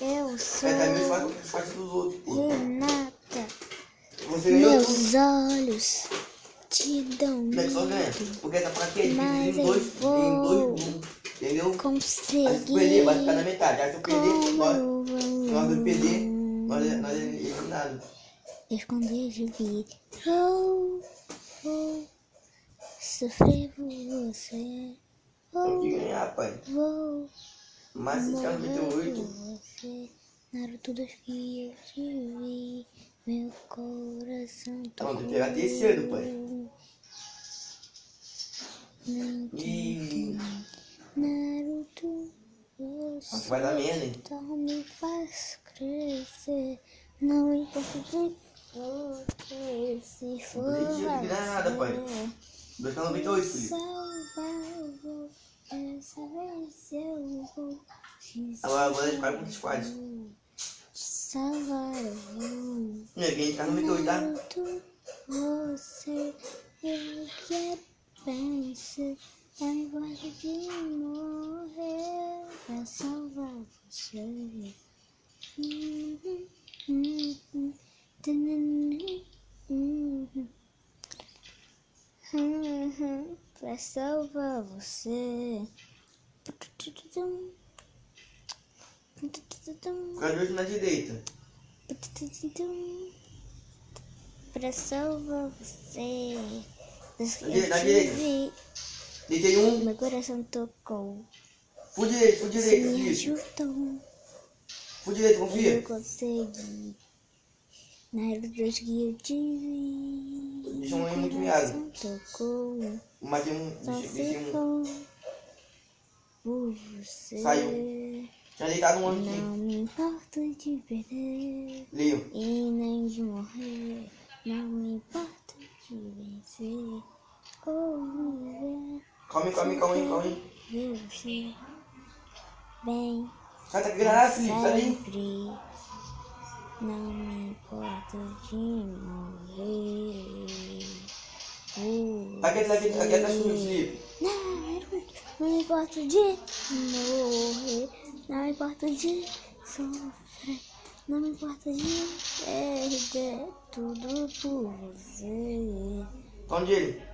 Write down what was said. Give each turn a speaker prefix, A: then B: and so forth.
A: Eu sou
B: Aí também É, faz o que faz dos outros.
A: Renata.
B: Você ganhou tudo.
A: Meus olhos te dão
B: Como é que só ganha?
A: medo.
B: Porque essa parte é
A: Mas
B: dividida em
A: eu
B: dois, em
A: vou
B: dois grupos. Entendeu? Aí se eu perder, vai ficar na
A: Consegui.
B: metade. Aí se eu perder, nós,
A: Como
B: nós vamos perder, nós,
A: vamos
B: nós é eliminado.
A: esconder de vidro. Eu vou sofrer por você.
B: Temos que
A: Eu
B: ganhar, pai.
A: vou
B: Mas se ficar no
A: morrer por
B: 38,
A: você. Naruto dos que eu te vi. Meu coração
B: Tá bom, tem que pegar terceiro, pai.
A: Não
B: e.
A: Naruto, você
B: Nossa, vai dar merda, hein?
A: só me faz crescer. Não importa o que for, se for
B: Não entendi nada, pai.
A: você.
B: 298, então, Felipe.
A: Salvador, essa vez eu vou te
B: Agora, agora a gente vai com o squad.
A: salvar.
B: Minha gente tá no 98, tá?
A: Naruto, você, eu que penso, eu gosto é de morrer pra salvar você. Hum, hum, hum, tananã, hum, hum. Hum, hum, Pra salvar você. Tutututum. Tutututum.
B: Ficar de olho na direita.
A: Tutututum. Pra salvar você. Diz que
B: Dá direito, dá
A: eu te
B: direito.
A: vi,
B: Deitei um,
A: Meu coração tocou.
B: fui direito, fui
A: Você
B: direito,
A: me
B: Felipe.
A: ajudou.
B: Fui direito,
A: Eu
B: confia.
A: consegui. Na era dos que eu te vi.
B: Deixa eu ir muito
A: meu
B: miado.
A: coração tocou.
B: Matei um,
A: Só
B: deixei- deixei um.
A: ficou por você.
B: Saiu. Tinha deitado um ano aqui.
A: Não me importa de perder
B: Leio.
A: e nem de morrer. Não me importa de vencer ou viver.
B: Calma aí, calma aí, calma aí, calma aí.
A: Ver você bem
B: Sai tá com granada, Felipe, sai daí.
A: sempre. Não me importa de morrer. Por
B: Tá aqui, tá aqui, tá aqui atrás comigo,
A: você.
B: Felipe.
A: Naruto, não importa de morrer, não importa de sofrer, não me importa de perder tudo por você.
B: Pra onde ele?